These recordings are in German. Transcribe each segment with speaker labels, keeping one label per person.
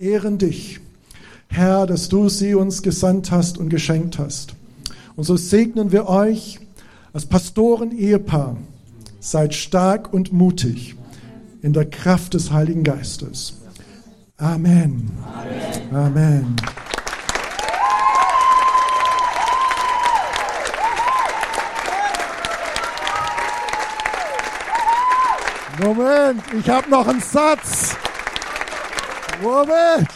Speaker 1: ehren dich, Herr, dass du sie uns gesandt hast und geschenkt hast. Und so segnen wir euch als Pastoren-Ehepaar. Seid stark und mutig in der Kraft des Heiligen Geistes. Amen. Amen. Amen. Moment, ich habe noch einen Satz. Moment.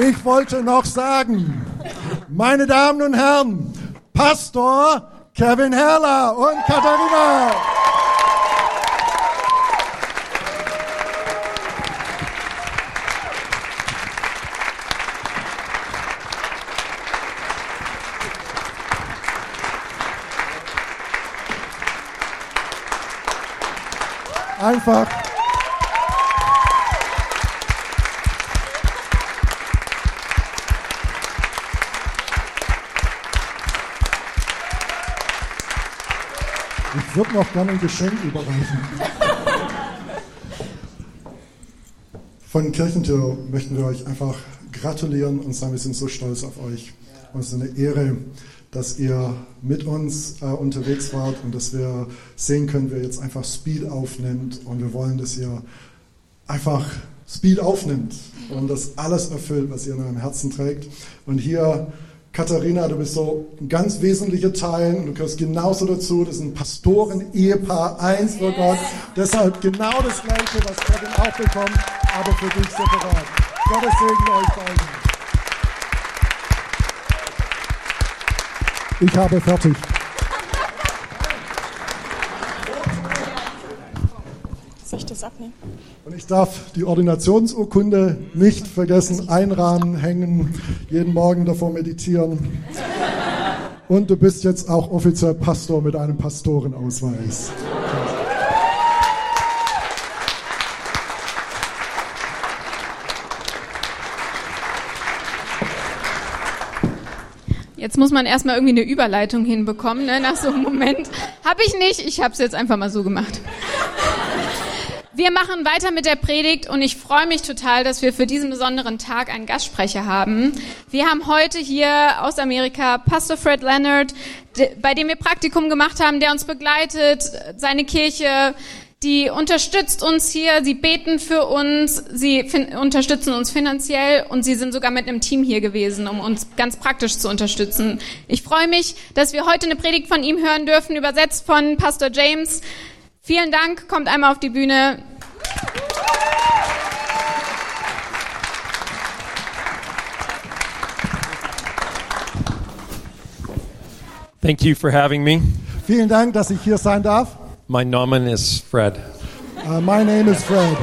Speaker 1: Ich wollte noch sagen, meine Damen und Herren, Pastor Kevin Herrler und Katharina. Einfach. Ich würde noch gerne ein Geschenk überreichen. Von Kirchentür möchten wir euch einfach gratulieren und sagen, wir sind so stolz auf euch. Und es ist eine Ehre, dass ihr mit uns äh, unterwegs wart und dass wir sehen können, wer jetzt einfach Speed aufnimmt. Und wir wollen, dass ihr einfach Speed aufnimmt und das alles erfüllt, was ihr in eurem Herzen trägt. Und hier, Katharina, du bist so ein ganz wesentlicher Teil. und Du gehörst genauso dazu. Das ist ein Pastoren-Ehepaar, eins für Gott. Deshalb genau das Gleiche, was Kevin auch bekommt, aber für dich separat. Gottes Segen euch beiden. Ich habe fertig.
Speaker 2: Soll ich das abnehmen?
Speaker 1: Und ich darf die Ordinationsurkunde nicht vergessen, einrahmen, hängen, jeden Morgen davor meditieren. Und du bist jetzt auch offiziell Pastor mit einem Pastorenausweis.
Speaker 2: Jetzt muss man erstmal irgendwie eine Überleitung hinbekommen, ne? nach so einem Moment. Hab ich nicht, ich hab's jetzt einfach mal so gemacht. Wir machen weiter mit der Predigt und ich freue mich total, dass wir für diesen besonderen Tag einen Gastsprecher haben. Wir haben heute hier aus Amerika Pastor Fred Leonard, de- bei dem wir Praktikum gemacht haben, der uns begleitet, seine Kirche, die unterstützt uns hier, sie beten für uns, sie fin unterstützen uns finanziell und sie sind sogar mit einem Team hier gewesen, um uns ganz praktisch zu unterstützen. Ich freue mich, dass wir heute eine Predigt von ihm hören dürfen, übersetzt von Pastor James. Vielen Dank, kommt einmal auf die Bühne.
Speaker 3: Thank you for having me.
Speaker 1: Vielen Dank, dass ich hier sein darf.
Speaker 3: My nomen is Fred,
Speaker 1: Uh, my name is Fred.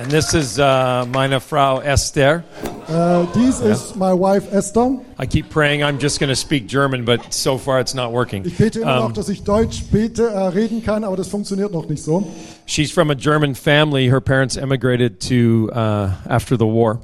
Speaker 3: and this is uh, meine Frau Esther.
Speaker 1: Uh, dies ist my wife Esther.
Speaker 3: I keep praying I'm just going to speak German, but so far it's not working.
Speaker 1: Ich bete immer noch,
Speaker 3: Ähm.
Speaker 1: dass ich Deutsch bete, äh, reden kann, aber das funktioniert noch nicht so.
Speaker 3: She's from a German family. Her parents emigrated to uh, after the war,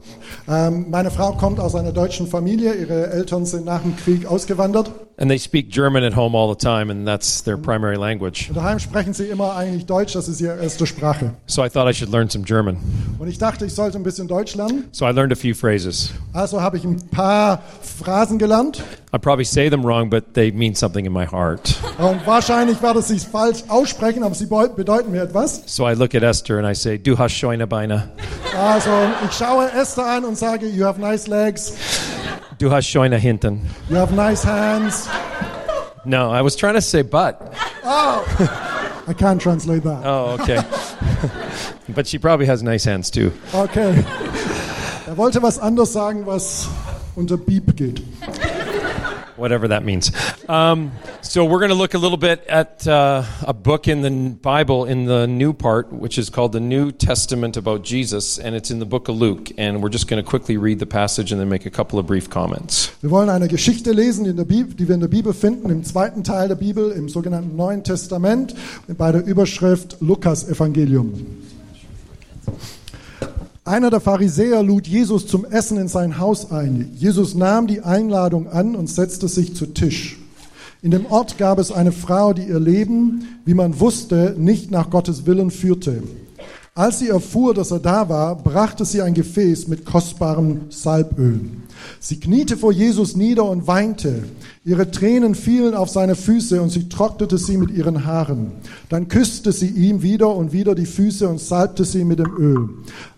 Speaker 1: Ähm, meine Frau kommt aus einer deutschen Familie. Ihre Eltern sind nach dem Krieg ausgewandert.
Speaker 3: and they speak German at home all the time, and that's their primary language.
Speaker 1: Daheim sprechen sie immer eigentlich Deutsch. Das ist ihre erste Sprache.
Speaker 3: So I thought I should learn some German.
Speaker 1: Und ich dachte, ich sollte ein bisschen Deutsch lernen.
Speaker 3: So I learned a few phrases.
Speaker 1: Also habe ich ein paar Phrasen gelernt.
Speaker 3: I probably say them wrong, but they mean something in my heart.
Speaker 1: Und wahrscheinlich werde ich es falsch aussprechen, aber sie beu- bedeuten mir etwas.
Speaker 3: So I look at Esther and I say, "Du hast schöne Beine.
Speaker 1: Also ich schaue Esther an und sage, you have nice legs,
Speaker 3: Du hast schöne Hinten."
Speaker 1: you have nice hands.
Speaker 3: No, I was trying to say "but."
Speaker 1: I can't translate that.
Speaker 3: Oh, okay. but she probably has nice hands too.
Speaker 1: Okay. Er wollte was anderes sagen, was unter Beep geht.
Speaker 3: Whatever that means. Um, so we're going to look a little bit at uh, a book in the Bible in the new part, which is called the New Testament about Jesus, and it's in the book of Luke. And we're just going to quickly read the passage and then make a couple of brief comments.
Speaker 1: Wir wollen eine Geschichte lesen, die, in der Bibel, die wir in der Bibel finden, im zweiten Teil der Bibel, im sogenannten Neuen Testament, bei der Überschrift Lukas Evangelium. Einer der Pharisäer lud Jesus zum Essen in sein Haus ein. Jesus nahm die Einladung an und setzte sich zu Tisch. In dem Ort gab es eine Frau, die ihr Leben, wie man wusste, nicht nach Gottes Willen führte. Als sie erfuhr, dass er da war, brachte sie ein Gefäß mit kostbarem Salböl. Sie kniete vor Jesus nieder und weinte. Ihre Tränen fielen auf seine Füße und sie trocknete sie mit ihren Haaren. Dann küsste sie ihm wieder und wieder die Füße und salbte sie mit dem Öl.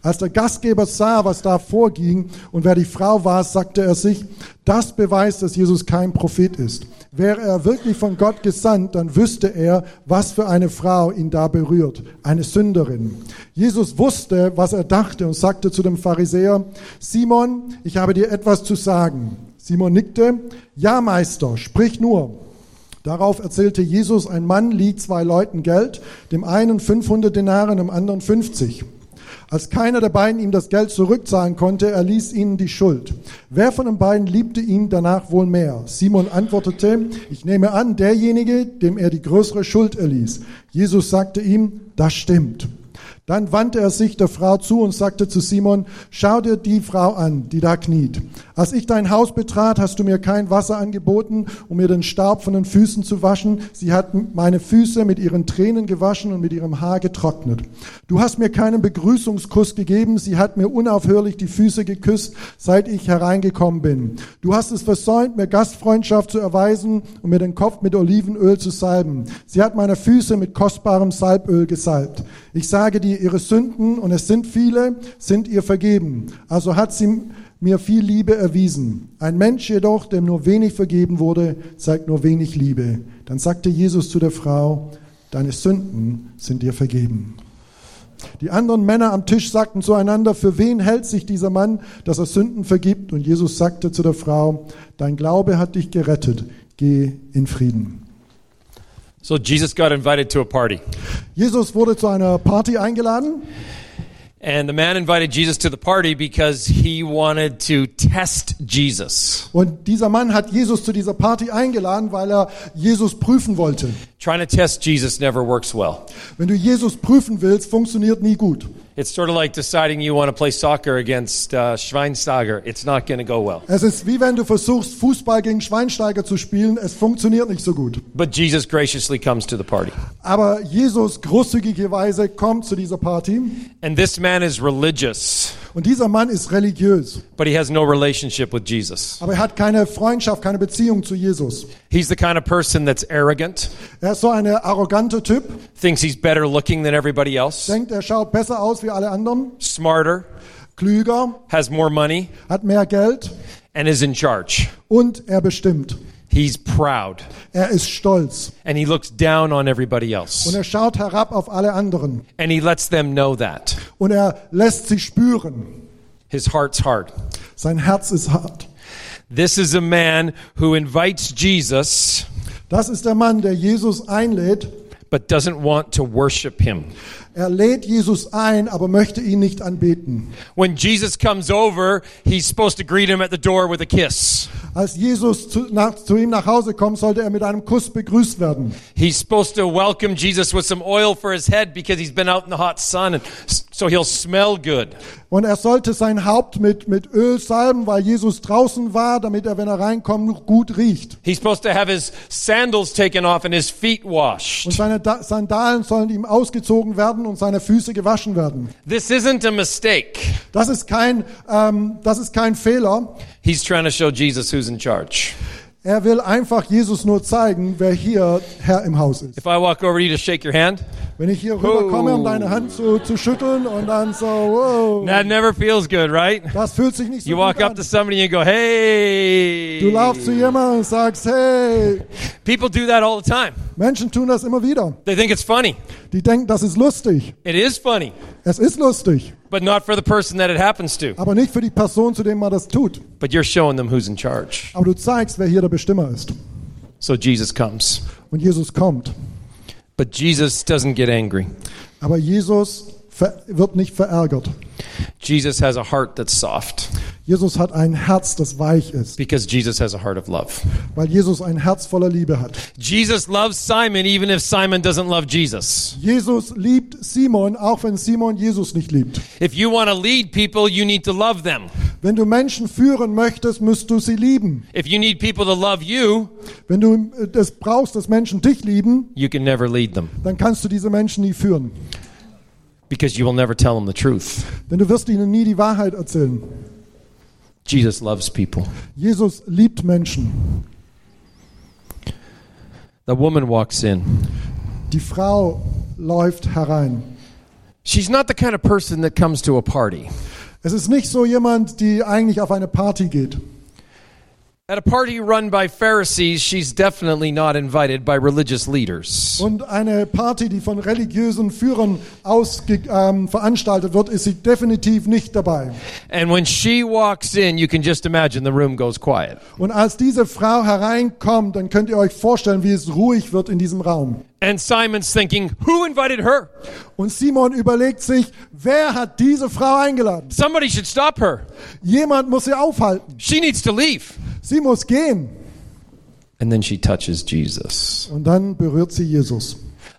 Speaker 1: Als der Gastgeber sah, was da vorging und wer die Frau war, sagte er sich, das beweist, dass Jesus kein Prophet ist. Wäre er wirklich von Gott gesandt, dann wüsste er, was für eine Frau ihn da berührt, eine Sünderin. Jesus wusste, was er dachte und sagte zu dem Pharisäer, Simon, ich habe dir etwas zu sagen. Simon nickte, ja Meister, sprich nur. Darauf erzählte Jesus, ein Mann lieh zwei Leuten Geld, dem einen 500 Denare, dem anderen 50. Als keiner der beiden ihm das Geld zurückzahlen konnte, erließ ihnen die Schuld. Wer von den beiden liebte ihn danach wohl mehr? Simon antwortete, ich nehme an, derjenige, dem er die größere Schuld erließ. Jesus sagte ihm, das stimmt. Dann wandte er sich der Frau zu und sagte zu Simon, schau dir die Frau an, die da kniet. Als ich dein Haus betrat, hast du mir kein Wasser angeboten, um mir den Staub von den Füßen zu waschen. Sie hat meine Füße mit ihren Tränen gewaschen und mit ihrem Haar getrocknet. Du hast mir keinen Begrüßungskuss gegeben. Sie hat mir unaufhörlich die Füße geküsst, seit ich hereingekommen bin. Du hast es versäumt, mir Gastfreundschaft zu erweisen und mir den Kopf mit Olivenöl zu salben. Sie hat meine Füße mit kostbarem Salböl gesalbt. Ich sage dir, ihre Sünden, und es sind viele, sind ihr vergeben. Also hat sie mir viel Liebe erwiesen. Ein Mensch jedoch, dem nur wenig vergeben wurde, zeigt nur wenig Liebe. Dann sagte Jesus zu der Frau, deine Sünden sind dir vergeben. Die anderen Männer am Tisch sagten zueinander, für wen hält sich dieser Mann, dass er Sünden vergibt? Und Jesus sagte zu der Frau, dein Glaube hat dich gerettet, geh in Frieden.
Speaker 3: So Jesus got invited to a party.
Speaker 1: Jesus wurde zu einer Party eingeladen
Speaker 3: And the man invited Jesus to the party because he wanted to test Jesus,
Speaker 1: und dieser Mann hat Jesus zu dieser Party eingeladen, weil er Jesus prüfen wollte.
Speaker 3: trying to test Jesus never works well.
Speaker 1: Wenn du Jesus prüfen willst, funktioniert nie gut.
Speaker 3: It's sort of like deciding you want to play soccer against uh, Schweinsteiger. It's not going to go well.
Speaker 1: Es ist wie wenn du versuchst, Fußball gegen Schweinsteiger zu spielen, es funktioniert nicht so gut.
Speaker 3: But Jesus graciously comes to the party.
Speaker 1: Aber Jesus großzügigerweise kommt zu dieser Party
Speaker 3: And this man is religious,
Speaker 1: und dieser Mann ist religiös,
Speaker 3: but he has no relationship with Jesus.
Speaker 1: aber er hat keine Freundschaft, keine Beziehung zu Jesus.
Speaker 3: He's the kind of person that's arrogant,
Speaker 1: Er ist so ein arroganter Typ,
Speaker 3: thinks he's better looking than everybody else,
Speaker 1: denkt, er schaut besser aus wie alle anderen,
Speaker 3: smarter,
Speaker 1: klüger,
Speaker 3: has more money,
Speaker 1: hat mehr Geld
Speaker 3: and is in charge.
Speaker 1: und er bestimmt.
Speaker 3: He's proud,
Speaker 1: Er ist stolz
Speaker 3: and he looks down on everybody
Speaker 1: und
Speaker 3: else.
Speaker 1: er schaut herab auf alle anderen
Speaker 3: And he lets them know that.
Speaker 1: und er lässt sich spüren.
Speaker 3: His heart's hard.
Speaker 1: Sein Herz ist hart.
Speaker 3: This is a man who invites Jesus
Speaker 1: Das ist der Mann, der Jesus einlädt.
Speaker 3: but doesn't want to worship him.
Speaker 1: Er lädt Jesus ein, aber möchte ihn nicht anbeten.
Speaker 3: When Jesus comes over, he's supposed to greet him at the door with a kiss.
Speaker 1: Als Jesus zu, nach, zu ihm nach Hause kommt, sollte er mit einem Kuss begrüßt werden.
Speaker 3: He's supposed to welcome Jesus with some oil for his head because he's been out in the hot sun and s- so he'll smell good.
Speaker 1: Und er sollte sein Haupt mit, mit Öl salben, weil Jesus draußen war, damit er, wenn er reinkommt, noch gut riecht.
Speaker 3: He's supposed to have his sandals taken off and his feet
Speaker 1: Und
Speaker 3: washed.
Speaker 1: seine da Sandalen sollen ihm ausgezogen werden und seine Füße gewaschen werden.
Speaker 3: This isn't a mistake.
Speaker 1: Das ist kein, ähm, das ist kein Fehler.
Speaker 3: He's trying to show Jesus who's in charge.
Speaker 1: Er will einfach Jesus nur zeigen, wer hier Herr im Haus ist.
Speaker 3: If I walk over to you to shake your hand,
Speaker 1: Wenn ich hier rüberkomme, um deine Hand zu, zu schütteln und dann so, wow,
Speaker 3: that never feels good, right?
Speaker 1: das fühlt sich nicht so
Speaker 3: You
Speaker 1: gut
Speaker 3: walk up
Speaker 1: an.
Speaker 3: to somebody and you go, hey.
Speaker 1: Du laufst zu jemandem und sagst, hey,
Speaker 3: People do that all the time.
Speaker 1: Menschen tun das immer wieder.
Speaker 3: They think it's funny.
Speaker 1: Die denken, das ist lustig.
Speaker 3: It is funny,
Speaker 1: Es ist lustig,
Speaker 3: but not for the person that it happens to.
Speaker 1: aber nicht für die Person, zu dem man das tut.
Speaker 3: But you're showing them who's in charge.
Speaker 1: Aber du zeigst, wer hier der Bestimmer ist.
Speaker 3: So Jesus comes.
Speaker 1: Und Jesus kommt.
Speaker 3: But Jesus doesn't get angry.
Speaker 1: Aber Jesus ver wird nicht verärgert.
Speaker 3: Jesus has a heart that's soft
Speaker 1: Jesus hat ein Herz, das weich ist,
Speaker 3: because Jesus has a heart of love.
Speaker 1: weil Jesus ein Herz voller Liebe hat.
Speaker 3: Jesus loves Simon even if Simon doesn't love Jesus.
Speaker 1: Jesus liebt Simon, auch wenn Simon Jesus nicht liebt.
Speaker 3: If you want to lead people, you need to love them.
Speaker 1: Wenn du Menschen führen möchtest, musst du sie lieben.
Speaker 3: If you need people to love you,
Speaker 1: Wenn du äh, es brauchst, dass Menschen dich lieben,
Speaker 3: you can never lead them
Speaker 1: dann kannst du diese Menschen nie führen.
Speaker 3: because you will never tell them the truth.
Speaker 1: Denn du wirst ihnen nie die Wahrheit erzählen.
Speaker 3: Jesus loves people.
Speaker 1: Jesus liebt Menschen.
Speaker 3: The woman walks in.
Speaker 1: Die Frau läuft herein.
Speaker 3: She's not the kind of person that comes to a party.
Speaker 1: Es ist nicht so jemand, die eigentlich auf eine Party geht.
Speaker 3: At a party run by Pharisees, she's definitely not invited by religious leaders.
Speaker 1: Und eine Party, die von religiösen Führern ausge ähm, veranstaltet wird, ist sie definitiv nicht dabei.
Speaker 3: And when she walks in, you can just imagine the room goes quiet.
Speaker 1: Und als diese Frau hereinkommt, dann könnt ihr euch vorstellen, wie es ruhig wird in diesem Raum.
Speaker 3: And Simon's thinking, who invited her?
Speaker 1: Und Simon überlegt sich, wer hat diese Frau eingeladen?
Speaker 3: Somebody should stop her.
Speaker 1: Jemand muss sie aufhalten.
Speaker 3: She needs to leave.
Speaker 1: Sie muss gehen.
Speaker 3: And then she touches Jesus.
Speaker 1: Und dann berührt sie Jesus.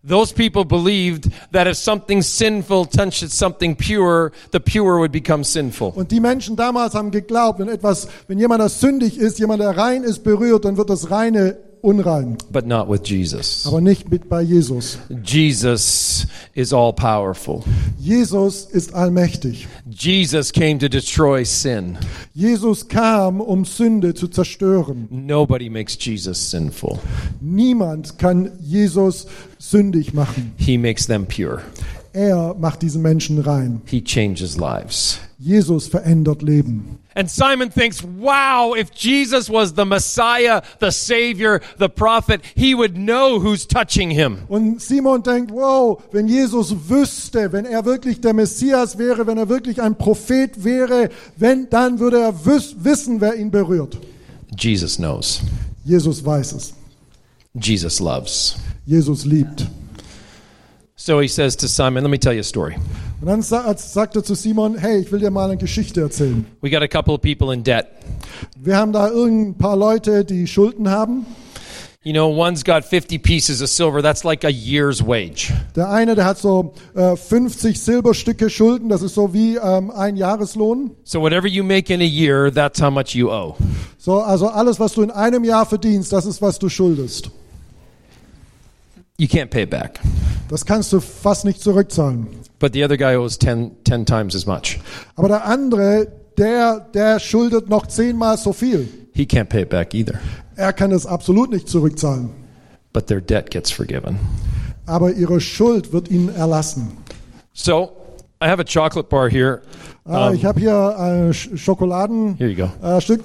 Speaker 3: Those people believed that if something sinful touches something pure, the pure would become sinful.
Speaker 1: Und die Menschen damals haben geglaubt, wenn etwas, wenn jemand das sündig ist, jemand der rein ist, berührt, dann wird das Reine unrein.
Speaker 3: But not with Jesus.
Speaker 1: Aber nicht mit bei Jesus.
Speaker 3: Jesus is all powerful.
Speaker 1: Jesus ist allmächtig.
Speaker 3: Jesus came to destroy sin.
Speaker 1: Jesus kam, um Sünde zu zerstören.
Speaker 3: Nobody makes Jesus sinful,
Speaker 1: Niemand kann Jesus sündig machen.
Speaker 3: He makes them pure.
Speaker 1: Er macht diesen Menschen rein.
Speaker 3: He changes lives.
Speaker 1: Jesus verändert Leben.
Speaker 3: And Simon thinks, wow, if Jesus was the Messiah, the Savior, the prophet, he would know who's touching him.
Speaker 1: Und Simon denkt, wow, wenn Jesus wüsste, wenn er wirklich der Messias wäre, wenn er wirklich ein Prophet wäre, wenn, dann würde er wüs wissen, wer ihn berührt.
Speaker 3: Jesus knows.
Speaker 1: Jesus weiß es.
Speaker 3: Jesus loves.
Speaker 1: Jesus liebt.
Speaker 3: So he says to Simon, let me tell you a story.
Speaker 1: Und dann sa- sagt er zu Simon, hey, ich will dir mal eine Geschichte erzählen.
Speaker 3: We got a couple of people in debt.
Speaker 1: Wir haben da irgendein paar Leute, die Schulden haben.
Speaker 3: You know, one's got 50 pieces of silver. That's like a year's wage.
Speaker 1: Der eine, der hat so äh, 50 Silberstücke Schulden, das ist so wie ähm, ein Jahreslohn.
Speaker 3: So whatever you make in a year, that's how much you owe.
Speaker 1: So, also alles, was du in einem Jahr verdienst, das ist, was du schuldest.
Speaker 3: You can't pay it back.
Speaker 1: Das kannst du fast nicht zurückzahlen.
Speaker 3: But the other guy owes 10, 10 times as much.
Speaker 1: Aber der andere, der, der schuldet noch zehnmal so viel.
Speaker 3: He can't pay it back either.
Speaker 1: Er kann es absolut nicht zurückzahlen.
Speaker 3: But their debt gets forgiven.
Speaker 1: Aber ihre Schuld wird ihnen erlassen.
Speaker 3: So I have a chocolate bar here.
Speaker 1: Ah, ich habe hier ein Sch- Schokoladen.
Speaker 3: Ähm. Here you go.
Speaker 1: Äh, Stück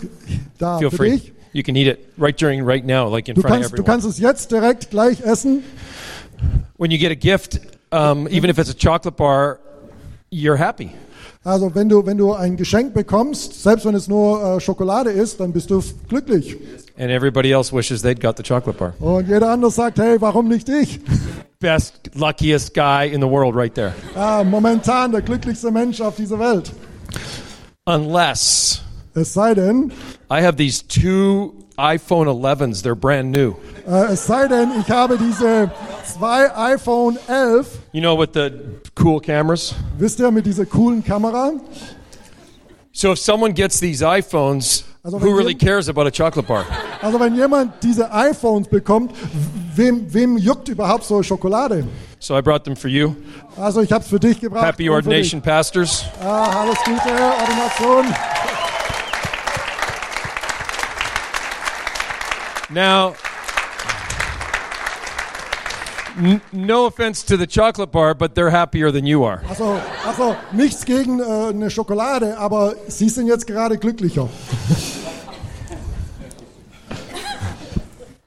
Speaker 1: da
Speaker 3: Feel
Speaker 1: für
Speaker 3: free.
Speaker 1: dich.
Speaker 3: You can eat it right during right now, like in
Speaker 1: Du
Speaker 3: front of
Speaker 1: kannst, du
Speaker 3: everyone.
Speaker 1: kannst es jetzt direkt gleich essen.
Speaker 3: when you get a gift, um, even if it's a chocolate bar, you're happy.
Speaker 1: Also wenn du, wenn du ein Geschenk bekommst, selbst wenn es nur äh, Schokolade ist, dann bist du f- glücklich.
Speaker 3: And everybody else wishes they'd got the chocolate bar.
Speaker 1: Und jeder andere sagt, hey, warum nicht ich?
Speaker 3: Best, luckiest guy in the world right there.
Speaker 1: Ah, momentan der glücklichste Mensch auf dieser Welt.
Speaker 3: Unless
Speaker 1: Es sei denn,
Speaker 3: I have these two iPhone 11s. They're brand new.
Speaker 1: äh, es sei denn, ich habe diese zwei iPhone 11,
Speaker 3: You know, with the cool cameras.
Speaker 1: wisst ihr, mit dieser coolen Kamera.
Speaker 3: So if someone gets these iPhones,
Speaker 1: Also,
Speaker 3: who
Speaker 1: wenn
Speaker 3: really
Speaker 1: jem-
Speaker 3: cares about a chocolate bar?
Speaker 1: Also wenn jemand diese iPhones bekommt, wem, wem juckt überhaupt so Schokolade?
Speaker 3: So I brought them for you.
Speaker 1: Also ich habe es für dich gebracht.
Speaker 3: Happy
Speaker 1: und für dich.
Speaker 3: ordination, pastors.
Speaker 1: Ah, alles Gute, Ordination.
Speaker 3: Now, n- no offense to the chocolate bar, but they're happier than you are.
Speaker 1: Also, also nichts gegen äh, eine Schokolade, aber Sie sind jetzt gerade glücklicher.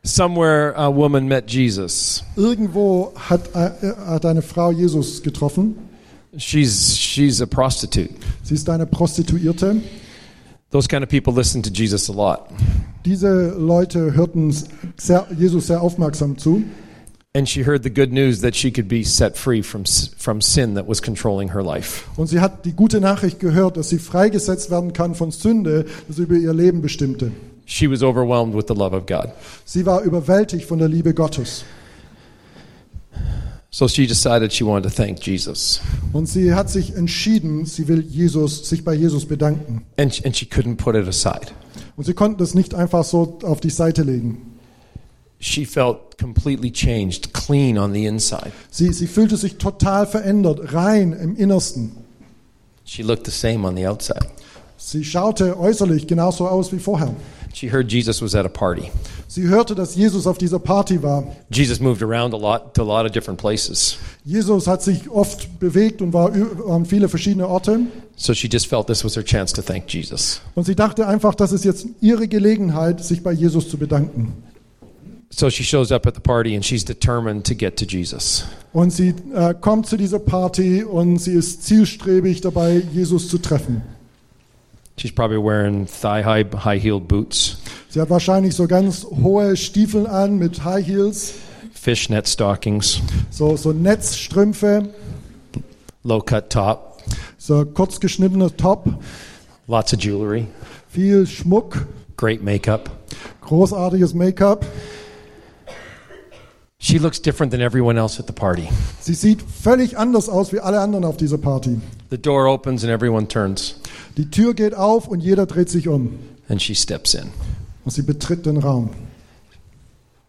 Speaker 3: Somewhere a woman met Jesus.
Speaker 1: Irgendwo hat, äh, hat eine Frau Jesus getroffen.
Speaker 3: She's she's a prostitute.
Speaker 1: Sie ist eine Prostituierte.
Speaker 3: Those kind of people listen to Jesus a lot.
Speaker 1: Diese Leute hörten sehr, Jesus sehr aufmerksam zu.
Speaker 3: And she heard the good news that she could be set free from s- from sin that was controlling her life.
Speaker 1: Und sie hat die gute Nachricht gehört, dass sie freigesetzt werden kann von Sünde, das über ihr Leben bestimmte.
Speaker 3: She was overwhelmed with the love of God.
Speaker 1: Sie war überwältigt von der Liebe Gottes.
Speaker 3: So she decided she wanted to thank Jesus.
Speaker 1: Und sie hat sich entschieden, sie will Jesus, sich bei Jesus bedanken.
Speaker 3: And she, and she couldn't put it aside.
Speaker 1: Und sie konnten das nicht einfach so auf die Seite legen.
Speaker 3: She felt completely changed, clean on the inside.
Speaker 1: Sie, sie fühlte sich total verändert, rein im Innersten.
Speaker 3: She looked the same on the outside.
Speaker 1: Sie schaute äußerlich genauso aus wie vorher.
Speaker 3: She heard Jesus was at a party.
Speaker 1: Sie hörte, dass Jesus auf dieser Party war.
Speaker 3: Jesus moved around a lot to a lot of different places.
Speaker 1: Jesus hat sich oft bewegt und war ü- an viele verschiedene Orte.
Speaker 3: So she just felt this was her chance to thank Jesus.
Speaker 1: Und sie dachte einfach, das ist jetzt ihre Gelegenheit, sich bei Jesus zu bedanken.
Speaker 3: So she shows up at the party and she's determined to get to Jesus.
Speaker 1: Und sie äh, kommt zu dieser Party und sie ist zielstrebig dabei, Jesus zu treffen.
Speaker 3: She's probably wearing thigh high, high heeled boots,
Speaker 1: Sie hat wahrscheinlich so ganz hohe Stiefel an mit High Heels,
Speaker 3: fishnet stockings,
Speaker 1: so, so Netzstrümpfe,
Speaker 3: low cut top,
Speaker 1: so kurz geschnittener Top,
Speaker 3: lots of jewelry,
Speaker 1: viel Schmuck,
Speaker 3: great makeup.
Speaker 1: großartiges Make-up.
Speaker 3: She looks different than everyone else at the party.
Speaker 1: Sie sieht völlig anders aus wie alle anderen auf dieser Party.
Speaker 3: The door opens and everyone turns
Speaker 1: Die Tür geht auf und jeder dreht sich um
Speaker 3: and she steps in.
Speaker 1: und sie betritt den Raum.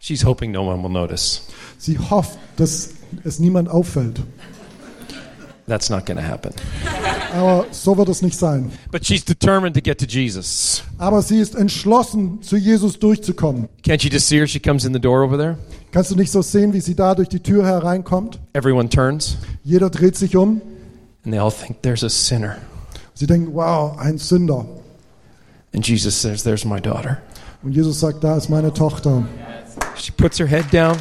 Speaker 3: She's hoping no one will notice.
Speaker 1: Sie hofft, dass es niemand auffällt.
Speaker 3: That's not going to happen.
Speaker 1: Aber so wird es nicht sein.
Speaker 3: But she's determined to get to Jesus.
Speaker 1: Aber sie ist entschlossen, zu Jesus durchzukommen.
Speaker 3: Can't you just see her? She comes in the door over there.
Speaker 1: Kannst du nicht so sehen, wie sie da durch die Tür hereinkommt?
Speaker 3: Everyone turns
Speaker 1: Jeder dreht sich um.
Speaker 3: and they all think there's a sinner.
Speaker 1: Sie denken, wow, ein Sünder.
Speaker 3: And Jesus says, There's my daughter.
Speaker 1: Und Jesus sagt, da ist meine Tochter.
Speaker 3: She puts her head down.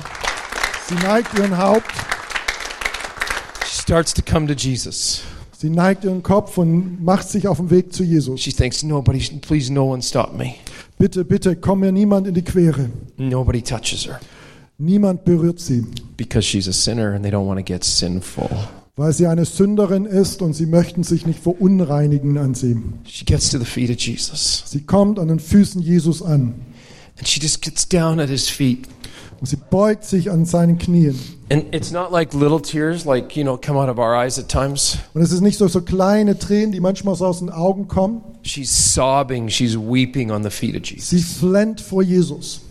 Speaker 1: Sie neigt ihren Haupt,
Speaker 3: She starts to come to Jesus.
Speaker 1: sie neigt ihren Kopf und macht sich auf den Weg zu Jesus.
Speaker 3: She thinks, Nobody, please, no one stop me.
Speaker 1: Bitte, bitte, komm mir niemand in die Quere.
Speaker 3: Nobody touches her
Speaker 1: Niemand berührt sie,
Speaker 3: because she's a sinner and they don't want to get sinful.
Speaker 1: weil sie eine Sünderin ist und sie möchten sich nicht verunreinigen an sie.
Speaker 3: She gets to the feet of Jesus
Speaker 1: Sie kommt an den Füßen Jesus an
Speaker 3: and she just gets down at his feet.
Speaker 1: und sie beugt sich an seinen Knien.
Speaker 3: And it's not like little tears, like, you know, come out of our eyes at times.
Speaker 1: Und es ist nicht so, so kleine Tränen, die manchmal so aus den Augen kommen.
Speaker 3: She's sobbing, she's weeping on the feet of Jesus.
Speaker 1: Sie flennt vor Jesus.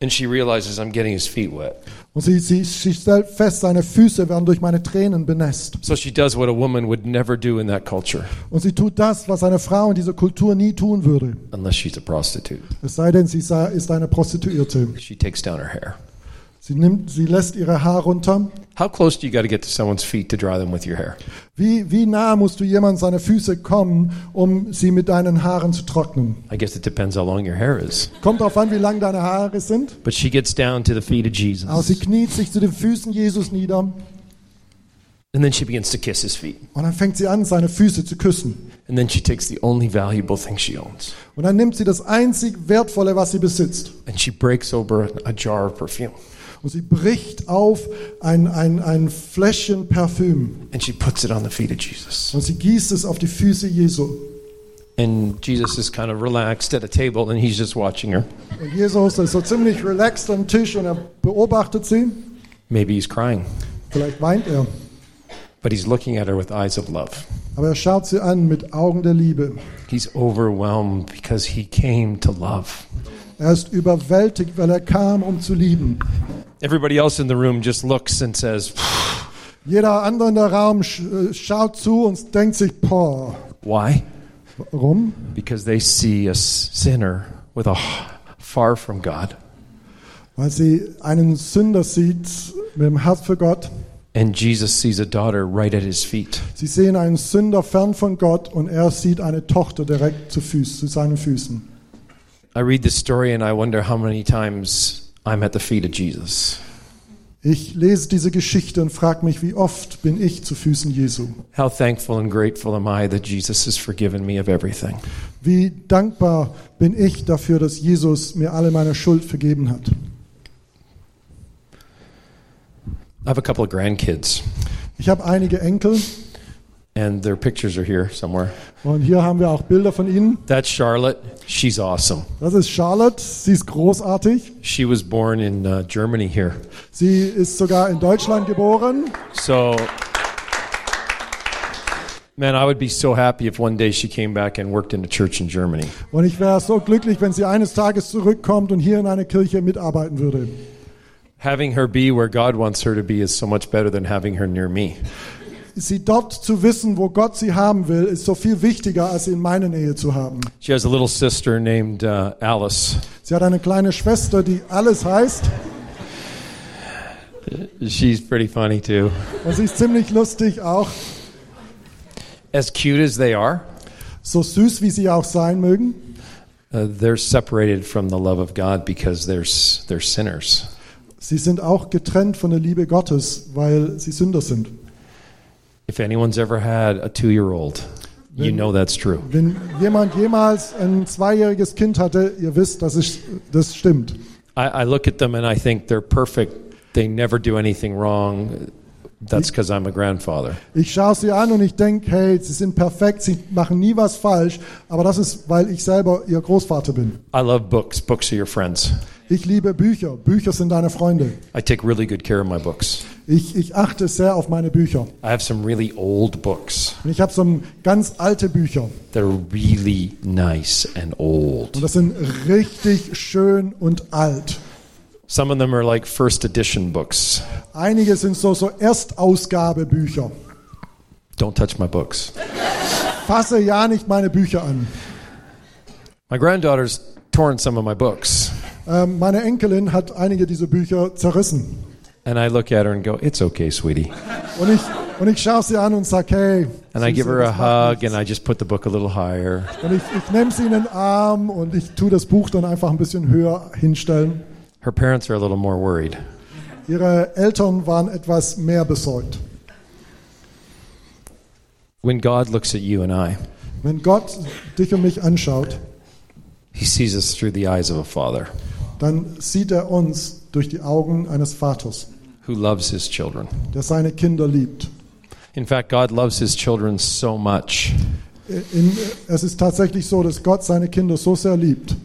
Speaker 3: And she realizes, I'm getting his feet wet.
Speaker 1: Und sie, sie, sie stellt fest, seine Füße werden durch meine Tränen benässt.
Speaker 3: So she does what a woman would never do in that culture
Speaker 1: Und sie tut das, was eine Frau in dieser Kultur nie tun würde.
Speaker 3: unless she's a prostitute.
Speaker 1: Es sei denn, sie sei- ist eine Prostituierte.
Speaker 3: She takes down her hair.
Speaker 1: Sie, nimmt, sie lässt ihre Haare runter.
Speaker 3: How close do you got to get to someone's feet to dry them with your hair?
Speaker 1: Wie, wie nah musst du jemand seine Füße kommen, um sie mit deinen Haaren zu trocknen?
Speaker 3: I guess it depends how long your hair is.
Speaker 1: Kommt darauf an, wie lang deine Haare sind.
Speaker 3: But she gets down to the feet of
Speaker 1: Aber sie
Speaker 3: Jesus.
Speaker 1: kniet sich zu den Füßen Jesus nieder
Speaker 3: And then she begins to kiss his feet.
Speaker 1: und dann fängt sie an, seine Füße zu küssen.
Speaker 3: And then she takes the only valuable thing she owns
Speaker 1: Und dann nimmt sie das einzig Wertvolle, was sie besitzt.
Speaker 3: and she breaks open a jar of perfume
Speaker 1: Und sie bricht auf ein, ein, ein Fläschchen Parfüm
Speaker 3: and she puts it on the feet of Jesus.
Speaker 1: und sie gießt es auf die Füße Jesu.
Speaker 3: And Jesus is kind of relaxed at a table and he's just watching her.
Speaker 1: Und Jesus ist so ziemlich relaxed am Tisch und er beobachtet sie.
Speaker 3: Maybe he's crying,
Speaker 1: Vielleicht weint er,
Speaker 3: but he's looking at her with eyes of love.
Speaker 1: aber er schaut sie an mit Augen der Liebe.
Speaker 3: He's overwhelmed because he came to love.
Speaker 1: Er ist überwältigt, weil er kam, um zu lieben.
Speaker 3: Everybody else in the room just looks and says,
Speaker 1: Jeder andere in der Raum sch- äh, schaut zu und denkt sich, boah,
Speaker 3: Why?
Speaker 1: warum?
Speaker 3: Because they see a s- sinner with a h- far from God
Speaker 1: Weil sie einen Sünder sieht mit dem Herz für Gott.
Speaker 3: and Jesus sees a daughter right at his feet.
Speaker 1: Sie sehen einen Sünder fern von Gott und er sieht eine Tochter direkt zu, Füß, zu seinen Füßen.
Speaker 3: I read this story and I wonder how many times I'm at the feet of Jesus.
Speaker 1: Ich lese diese Geschichte und frage mich, wie oft bin ich zu Füßen Jesu?
Speaker 3: How thankful and grateful am I that Jesus has forgiven me of everything.
Speaker 1: Wie dankbar bin ich dafür, dass Jesus mir alle meine Schuld vergeben hat?
Speaker 3: I have a couple of grandkids.
Speaker 1: Ich habe einige Enkel
Speaker 3: and their pictures are here somewhere.
Speaker 1: Und hier haben wir auch Bilder von ihnen.
Speaker 3: That's Charlotte. She's awesome.
Speaker 1: Das ist Charlotte. Sie ist großartig.
Speaker 3: She was born in uh, Germany here.
Speaker 1: Sie ist sogar in Deutschland geboren.
Speaker 3: So, man, I would be so happy if one day she came back and worked in a church in Germany.
Speaker 1: Und ich wäre so glücklich, wenn sie eines Tages zurückkommt und hier in einer Kirche mitarbeiten würde.
Speaker 3: Having her be where God wants her to be is so much better than having her near me.
Speaker 1: Sie dort zu wissen, wo Gott sie haben will, ist so viel wichtiger, als sie in meiner Nähe zu haben.
Speaker 3: She has a little sister named uh, Alice.
Speaker 1: Sie hat eine kleine Schwester, die alles heißt.
Speaker 3: She's pretty funny too.
Speaker 1: Und sie ist ziemlich lustig auch.
Speaker 3: As cute as they are,
Speaker 1: So süß, wie sie auch sein mögen,
Speaker 3: uh, they're separated from the love of God because they're, s- they're sinners.
Speaker 1: sie sind auch getrennt von der Liebe Gottes, weil sie Sünder sind.
Speaker 3: If anyone's ever had a two year old, you know that's true.
Speaker 1: Wenn jemand jemals ein zweijähriges Kind hatte, ihr wisst, dass es, das stimmt.
Speaker 3: I, I look at them and I think they're perfect. They never do anything wrong. That's because I'm a grandfather.
Speaker 1: Ich schaue sie an und ich denke, hey, sie sind perfekt, sie machen nie was falsch, aber das ist, weil ich selber ihr Großvater bin.
Speaker 3: I love books. Books are your friends.
Speaker 1: Ich liebe Bücher, Bücher sind deine Freunde.
Speaker 3: I take really good care of my books.
Speaker 1: Ich, ich achte sehr auf meine Bücher.
Speaker 3: I have some really old books.
Speaker 1: Und ich habe so ein- ganz alte Bücher.
Speaker 3: They're really nice and
Speaker 1: Und
Speaker 3: old.
Speaker 1: das sind richtig schön und alt.
Speaker 3: Some of them are like first edition books.
Speaker 1: Einige sind so, so Erstausgabebücher.
Speaker 3: Don't touch my books.
Speaker 1: Fasse ja nicht meine Bücher an.
Speaker 3: My granddaughter's torn some of my books.
Speaker 1: Ähm, meine Enkelin hat einige dieser Bücher zerrissen.
Speaker 3: And I look at her and go, It's okay, sweetie.
Speaker 1: Und ich, und ich schaue sie an und sage, hey.
Speaker 3: And I
Speaker 1: Süße,
Speaker 3: give her a
Speaker 1: das macht
Speaker 3: hug and I just put the book a little higher.
Speaker 1: nichts. Und ich, ich nehme sie in den Arm und ich tue das Buch dann einfach ein bisschen höher hinstellen.
Speaker 3: Her parents are a little more worried.
Speaker 1: Ihre Eltern waren etwas mehr besorgt.
Speaker 3: When God looks at you and I,
Speaker 1: Wenn Gott dich und mich anschaut,
Speaker 3: He sees us through the eyes of a father
Speaker 1: dann sieht er uns durch die Augen eines Vaters,
Speaker 3: who loves his children.
Speaker 1: der seine Kinder liebt.
Speaker 3: In fact, God loves his children so much
Speaker 1: In, es ist tatsächlich so, dass Gott seine Kinder so sehr liebt,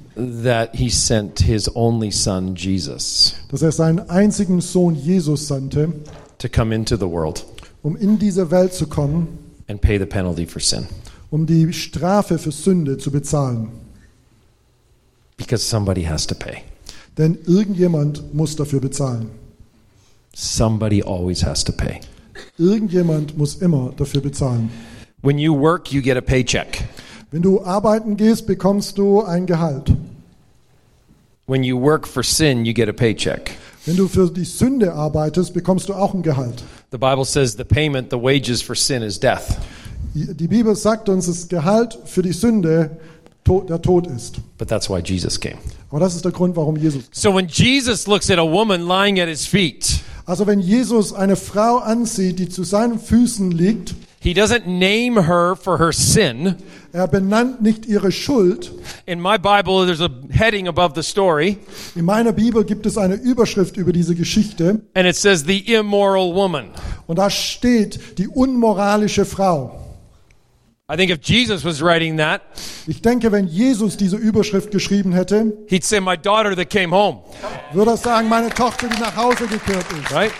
Speaker 3: that he sent his only son, Jesus,
Speaker 1: dass er seinen einzigen Sohn Jesus sandte,
Speaker 3: to come into the world
Speaker 1: um in diese Welt zu kommen,
Speaker 3: and pay the penalty for sin
Speaker 1: um die Strafe für Sünde zu bezahlen.
Speaker 3: because somebody has to pay.
Speaker 1: Denn irgendjemand muss dafür bezahlen.
Speaker 3: Somebody always has to pay.
Speaker 1: Irgendjemand muss immer dafür bezahlen.
Speaker 3: When you work, you get a paycheck.
Speaker 1: Wenn du arbeiten gehst, bekommst du ein Gehalt.
Speaker 3: When you work for sin, you get a paycheck.
Speaker 1: Wenn du für die Sünde arbeitest, bekommst du auch ein Gehalt.
Speaker 3: The Bible says the payment, the wages for sin is death.
Speaker 1: Die Bibel sagt uns, dass Gehalt für die Sünde to- der Tod ist.
Speaker 3: But that's why Jesus came.
Speaker 1: Aber das ist der Grund, warum Jesus.
Speaker 3: So when Jesus looks at a woman lying at his feet,
Speaker 1: Also wenn Jesus eine Frau ansieht, die zu seinen Füßen liegt,
Speaker 3: He doesn't name her for her sin.
Speaker 1: er benannt nicht ihre Schuld.
Speaker 3: In my Bible, there's a heading above the story,
Speaker 1: In meiner Bibel gibt es eine Überschrift über diese Geschichte
Speaker 3: and it says the immoral woman.
Speaker 1: und da steht die unmoralische Frau.
Speaker 3: I think if Jesus was writing that,
Speaker 1: Ich denke, wenn Jesus diese Überschrift geschrieben hätte,
Speaker 3: he'd say, My daughter that came home,
Speaker 1: würde er sagen, meine Tochter, die nach Hause gekehrt ist.
Speaker 3: right?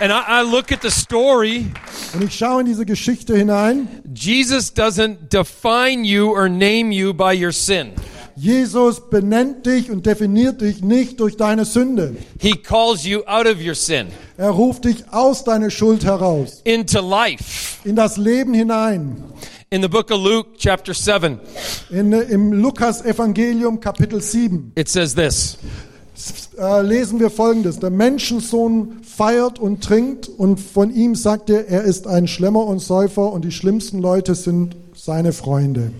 Speaker 3: And I, I look at the story.
Speaker 1: Und ich schaue in diese Geschichte hinein.
Speaker 3: Jesus doesn't define you or name you by your sin.
Speaker 1: Jesus benennt dich und definiert dich nicht durch deine Sünde.
Speaker 3: He calls you out of your sin
Speaker 1: Er ruft dich aus deiner Schuld heraus,
Speaker 3: into life.
Speaker 1: in das Leben hinein.
Speaker 3: In the book of Luke, chapter 7,
Speaker 1: In, Im Lukas-Evangelium Kapitel 7
Speaker 3: it says this.
Speaker 1: äh, lesen wir folgendes. Der Menschensohn feiert und trinkt und von ihm sagt er, er ist ein Schlemmer und Säufer und die schlimmsten Leute sind seine Freunde.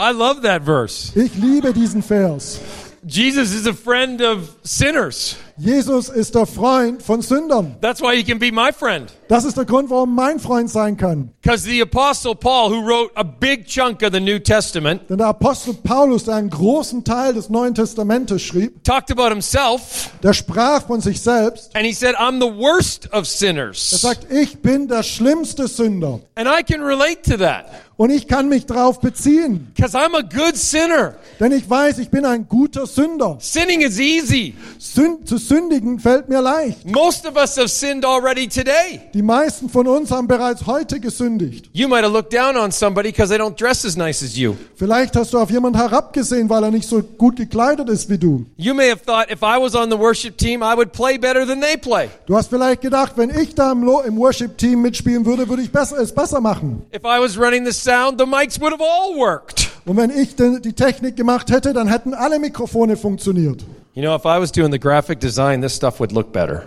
Speaker 3: I love that verse.
Speaker 1: Ich liebe diesen Vers.
Speaker 3: Jesus is a friend of sinners.
Speaker 1: Jesus ist der Freund von Sündern.
Speaker 3: That's why he can be my friend.
Speaker 1: Das ist der Grund, warum mein Freund sein kann.
Speaker 3: Because the Apostle Paul, who wrote a big chunk of the New Testament,
Speaker 1: Denn der Apostel Paulus, der einen großen Teil des Neuen Testamentes schrieb,
Speaker 3: talked about himself
Speaker 1: der sprach von sich selbst.
Speaker 3: and he said, I'm the worst of
Speaker 1: Er
Speaker 3: sinners.
Speaker 1: sagt, ich bin der schlimmste Sünder.
Speaker 3: And I can relate to that
Speaker 1: Und ich kann mich drauf beziehen.
Speaker 3: because I'm a good sinner.
Speaker 1: Denn ich weiß, ich bin ein guter Sünder.
Speaker 3: Sinning is easy.
Speaker 1: Sünd, zu sündigen fällt mir leicht.
Speaker 3: Most of us have sinned already today.
Speaker 1: Die meisten von uns haben bereits heute gesündigt.
Speaker 3: You might have looked down on somebody because they don't dress as nice as you.
Speaker 1: Vielleicht hast du auf jemanden herabgesehen, weil er nicht so gut gekleidet ist wie du.
Speaker 3: You may have thought if I was on the worship team, I would play better than they play.
Speaker 1: Du hast vielleicht gedacht, wenn ich da im, Lo- im Worship-Team mitspielen würde, würde ich besser, es besser machen.
Speaker 3: If I was running the sound, the mics would have all worked.
Speaker 1: Und wenn ich denn die Technik gemacht hätte, dann hätten alle Mikrofone funktioniert.
Speaker 3: You know, if I was doing the graphic design, this stuff would look better.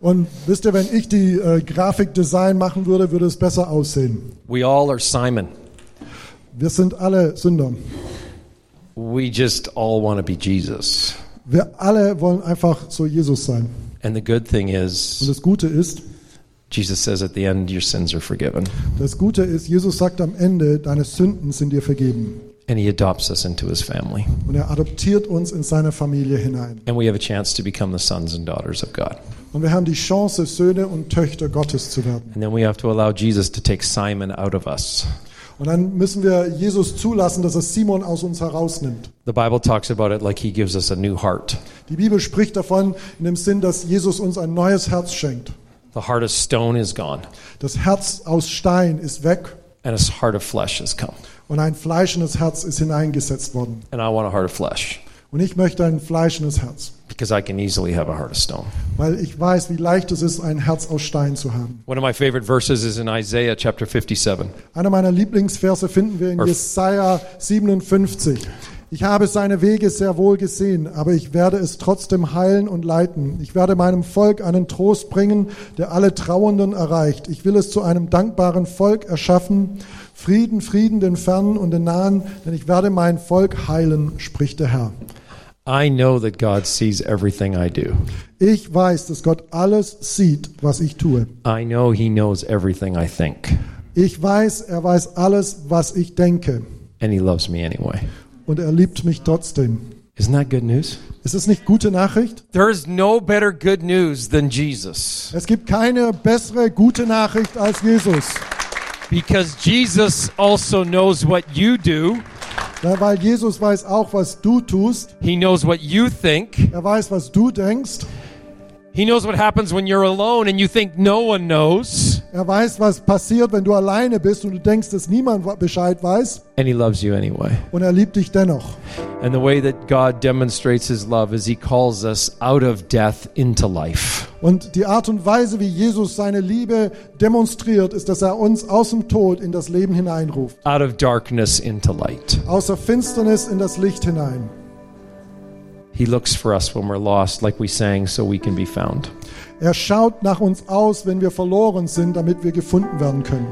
Speaker 1: Und wisst ihr, wenn ich die äh, Grafikdesign machen würde, würde es besser aussehen.
Speaker 3: We all are Simon.
Speaker 1: Wir sind alle Sünder.
Speaker 3: We just all want to be Jesus.
Speaker 1: Wir alle wollen einfach so Jesus sein.
Speaker 3: And the good thing
Speaker 1: Und
Speaker 3: is,
Speaker 1: das Gute ist,
Speaker 3: Jesus says at the end, your sins are forgiven.
Speaker 1: das Gute ist, Jesus sagt am Ende, deine Sünden sind dir vergeben.
Speaker 3: And he adopts us into his family.
Speaker 1: Und er adoptiert uns in seine Familie hinein.
Speaker 3: And we have a chance to become the sons and daughters of God.
Speaker 1: Und wir haben die Chance, Söhne und Töchter Gottes zu werden.
Speaker 3: And then we have to allow Jesus to take Simon out of us.
Speaker 1: Und dann müssen wir Jesus zulassen, dass er Simon aus uns herausnimmt.
Speaker 3: The Bible talks about it like he gives us a new heart.
Speaker 1: Die Bibel spricht davon in dem Sinn, dass Jesus uns ein neues Herz schenkt.
Speaker 3: The heart of stone is gone,
Speaker 1: Das Herz aus Stein ist weg
Speaker 3: and a heart of flesh has come.
Speaker 1: und ein fleischendes Herz ist hineingesetzt worden.
Speaker 3: And I want a heart of flesh
Speaker 1: Und ich möchte ein fleischendes Herz,
Speaker 3: because I can easily have a heart of stone.
Speaker 1: weil ich weiß, wie leicht es ist, ein Herz aus Stein zu haben.
Speaker 3: One of my favorite verses is in Isaiah chapter 57.
Speaker 1: Einer meiner Lieblingsverse finden wir in Jesaja 57. Ich habe seine Wege sehr wohl gesehen, aber ich werde es trotzdem heilen und leiten. Ich werde meinem Volk einen Trost bringen, der alle Trauernden erreicht. Ich will es zu einem dankbaren Volk erschaffen. Frieden, Frieden den Fernen und den Nahen, denn ich werde mein Volk heilen, spricht der Herr.
Speaker 3: I know that God sees everything I do.
Speaker 1: Ich weiß, dass Gott alles sieht, was ich tue.
Speaker 3: I know he knows everything I think,
Speaker 1: Ich weiß, er weiß alles, was ich denke.
Speaker 3: and he loves me anyway.
Speaker 1: Und er liebt mich trotzdem.
Speaker 3: Isn't that good news?
Speaker 1: Ist es nicht gute Nachricht?
Speaker 3: There is no better good news than Jesus
Speaker 1: Es gibt keine bessere gute Nachricht als Jesus,
Speaker 3: because Jesus also knows what you do.
Speaker 1: Ja, weil Jesus weiß auch, was du tust.
Speaker 3: He knows what you think.
Speaker 1: Er weiß, was du denkst.
Speaker 3: He knows what happens when you're alone and you think no one knows.
Speaker 1: Er weiß, was passiert, wenn du alleine bist und du denkst, dass niemand wa- Bescheid weiß.
Speaker 3: And he loves you anyway.
Speaker 1: Und er liebt dich dennoch.
Speaker 3: And the way that God demonstrates his love is he calls us out of death into life.
Speaker 1: Und die Art und Weise, wie Jesus seine Liebe demonstriert, ist, dass er uns aus dem Tod in das Leben hineinruft,
Speaker 3: out of darkness into light.
Speaker 1: aus der Finsternis in das Licht hinein.
Speaker 3: He looks for us when we're lost, like we sang, so we can be found.
Speaker 1: Er schaut nach uns aus, wenn wir verloren sind, damit wir gefunden werden können.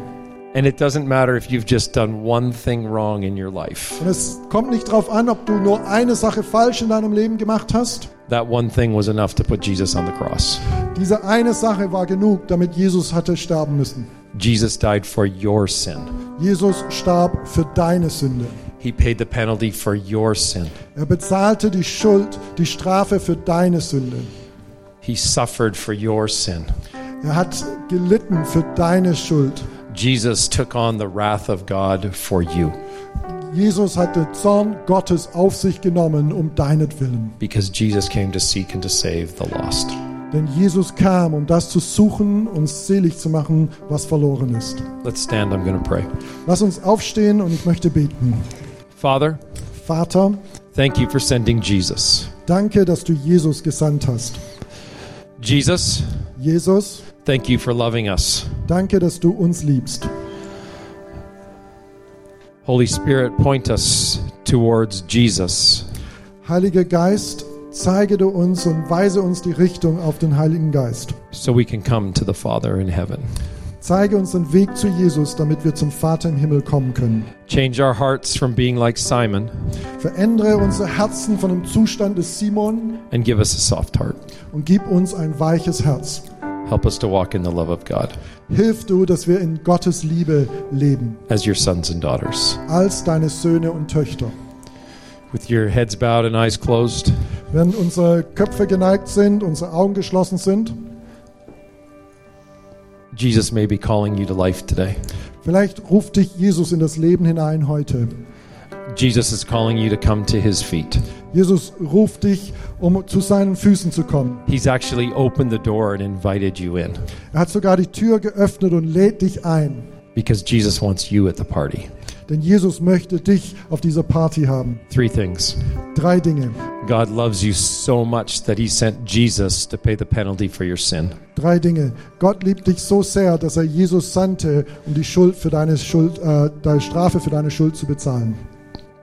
Speaker 3: And it doesn't matter if you've just done one thing wrong in your life.
Speaker 1: Und es kommt nicht darauf an, ob du nur eine Sache falsch in deinem Leben gemacht hast.
Speaker 3: That one thing was enough to put Jesus on the cross.
Speaker 1: Diese eine Sache war genug, damit Jesus hatte sterben müssen.
Speaker 3: Jesus died for your sin.
Speaker 1: Jesus starb für deine Sünde.
Speaker 3: He paid the penalty for your sin.
Speaker 1: Er bezahlte die Schuld, die Strafe für deine Sünde.
Speaker 3: He suffered for your sin.
Speaker 1: Er hat gelitten für deine Schuld.
Speaker 3: Jesus took on the wrath of God for you
Speaker 1: Jesus hat den Zorn Gottes auf sich genommen um deinetwillen.
Speaker 3: because Jesus came to seek and to save the lost.
Speaker 1: Denn Jesus kam, um das zu suchen und selig zu machen, was verloren ist.
Speaker 3: Let's stand. I'm going to pray.
Speaker 1: Lass uns aufstehen und ich möchte beten.
Speaker 3: Father,
Speaker 1: Vater,
Speaker 3: thank you for sending Jesus.
Speaker 1: Danke, dass du Jesus gesandt hast.
Speaker 3: Jesus,
Speaker 1: Jesus,
Speaker 3: Thank you for loving us.
Speaker 1: danke, dass du uns liebst.
Speaker 3: Holy Spirit, point us towards Jesus.
Speaker 1: Heiliger Geist, zeige du uns und weise uns die Richtung auf den Heiligen Geist,
Speaker 3: So we can come to the Father in heaven.
Speaker 1: Zeige uns den Weg zu Jesus, damit wir zum Vater im Himmel kommen können.
Speaker 3: Change our hearts from being like Simon
Speaker 1: Verändere unsere Herzen von dem Zustand des Simon
Speaker 3: and give us a soft heart.
Speaker 1: und gib uns ein weiches Herz.
Speaker 3: Help us to walk in the love of God
Speaker 1: Hilf du, dass wir in Gottes Liebe leben,
Speaker 3: as your sons and daughters.
Speaker 1: als deine Söhne und Töchter.
Speaker 3: With your heads bowed and eyes closed,
Speaker 1: Wenn unsere Köpfe geneigt sind, unsere Augen geschlossen sind,
Speaker 3: Jesus may be calling you to life today.
Speaker 1: vielleicht ruft dich Jesus in das Leben hinein heute.
Speaker 3: Jesus is calling you to come to his feet.
Speaker 1: Jesus ruft dich, um zu seinen Füßen zu kommen.
Speaker 3: He's actually opened the door and invited you in
Speaker 1: Er hat sogar die Tür geöffnet und lädt dich ein.
Speaker 3: because Jesus wants you at the party.
Speaker 1: Denn Jesus möchte dich auf dieser Party haben.
Speaker 3: Three things
Speaker 1: Drei Dinge.
Speaker 3: God loves you so much that he sent Jesus to pay the penalty for your sin.
Speaker 1: Drei Dinge. Gott liebt dich so sehr, dass er Jesus sandte, um die Schuld für deine Schuld, äh, deine Strafe für deine Schuld zu bezahlen.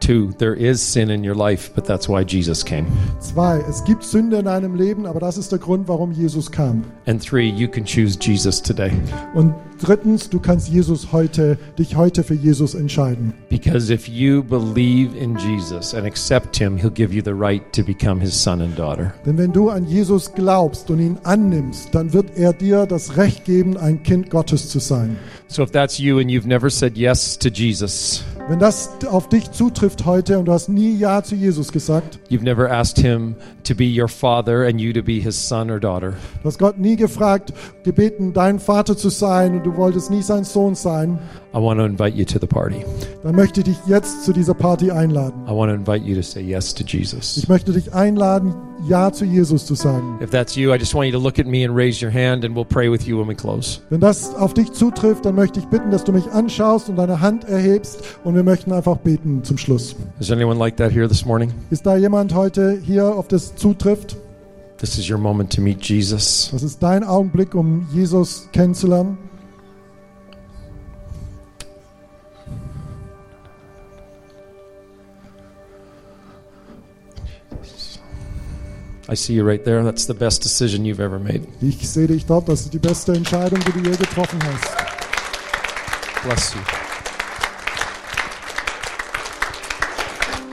Speaker 3: Two, there is sin in your life, but that's why Jesus came.
Speaker 1: Zwei. Es gibt Sünde in deinem Leben, aber das ist der Grund, warum Jesus kam.
Speaker 3: And three, you can choose Jesus today
Speaker 1: Und drittens, du kannst Jesus heute, dich heute für Jesus entscheiden.
Speaker 3: because if you believe in Jesus and accept him, he'll give you the right to become his son and daughter.
Speaker 1: Denn wenn du an Jesus glaubst und ihn annimmst, dann wird er dir das Recht geben, ein Kind Gottes zu sein.
Speaker 3: So if that's you and you've never said yes to Jesus,
Speaker 1: Wenn das auf dich zutrifft heute und du hast nie Ja zu Jesus gesagt,
Speaker 3: You've never asked him to be your father and you to be his son or daughter.
Speaker 1: du hast Gott nie gefragt, gebeten, dein Vater zu sein und du wolltest nie sein Sohn sein,
Speaker 3: I want to invite you to the party.
Speaker 1: dann möchte ich dich jetzt zu dieser Party einladen.
Speaker 3: I want to invite you to say yes to Jesus.
Speaker 1: Ich möchte dich einladen, Ja zu Jesus zu sagen.
Speaker 3: If that's you, I just want you to look at me and raise your hand and we'll pray with you when we close.
Speaker 1: Wenn das auf dich zutrifft, dann möchte ich bitten, dass du mich anschaust und deine Hand erhebst und wir möchten einfach beten zum Schluss.
Speaker 3: Is there anyone like that here this morning?
Speaker 1: Ist da jemand heute hier, auf das zutrifft?
Speaker 3: This is your moment to meet Jesus.
Speaker 1: Das ist dein Augenblick, um Jesus kennenzulernen.
Speaker 3: I see you right there. That's the best decision you've ever made.
Speaker 1: Ich sehe dich dort, das ist die beste Entscheidung, die du je getroffen hast.
Speaker 3: Bless you.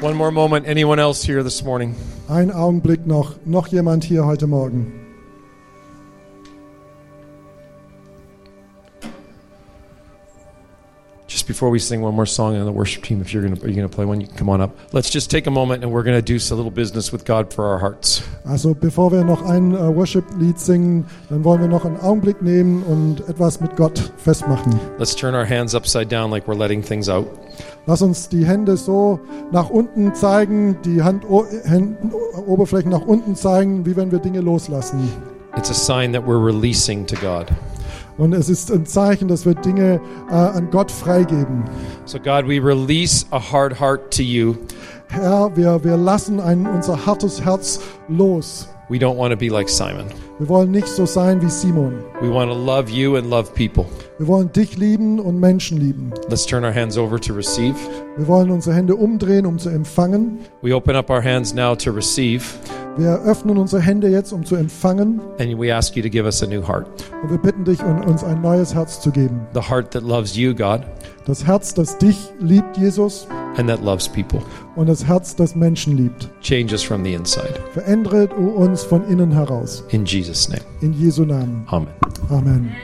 Speaker 3: One more moment. Anyone else here this morning?
Speaker 1: Ein Augenblick noch, noch jemand hier heute Morgen.
Speaker 3: Just before we sing one more song on the worship team, if you're going to you're going to play one, you can come on up. Let's just take a moment and we're going to do some little business with God for our hearts.
Speaker 1: Also bevor wir noch ein äh, Worship-Lied singen, dann wollen wir noch einen Augenblick nehmen und etwas mit Gott festmachen.
Speaker 3: Let's turn our hands upside down like we're letting things out.
Speaker 1: Lass uns die Hände so nach unten zeigen, die Hand, o, Händen, Oberflächen nach unten zeigen, wie wenn wir Dinge loslassen.
Speaker 3: It's a sign that we're releasing to God.
Speaker 1: Und es ist ein Zeichen, dass wir Dinge äh, an Gott freigeben.
Speaker 3: So God, we release a hard heart to you.
Speaker 1: Herr, wir, wir lassen ein, unser hartes Herz los.
Speaker 3: We don't want to be like Simon.
Speaker 1: Wir wollen nicht so sein wie Simon.
Speaker 3: We want to love you and love people.
Speaker 1: Wir wollen dich lieben und Menschen lieben.
Speaker 3: Let's turn our hands over to receive.
Speaker 1: Wir wollen unsere Hände umdrehen, um zu empfangen.
Speaker 3: We open up our hands now to receive
Speaker 1: Wir öffnen unsere Hände jetzt, um zu empfangen.
Speaker 3: and we ask you to give us a new heart.
Speaker 1: Und wir bitten dich, um uns ein neues Herz zu geben.
Speaker 3: The heart that loves you, God,
Speaker 1: Das Herz, das dich liebt, Jesus,
Speaker 3: and that loves people.
Speaker 1: und das Herz, das Menschen liebt.
Speaker 3: Change us from the inside.
Speaker 1: Verändere du uns von innen heraus.
Speaker 3: In Jesus' name.
Speaker 1: In Jesu Namen.
Speaker 3: Amen.
Speaker 1: Amen.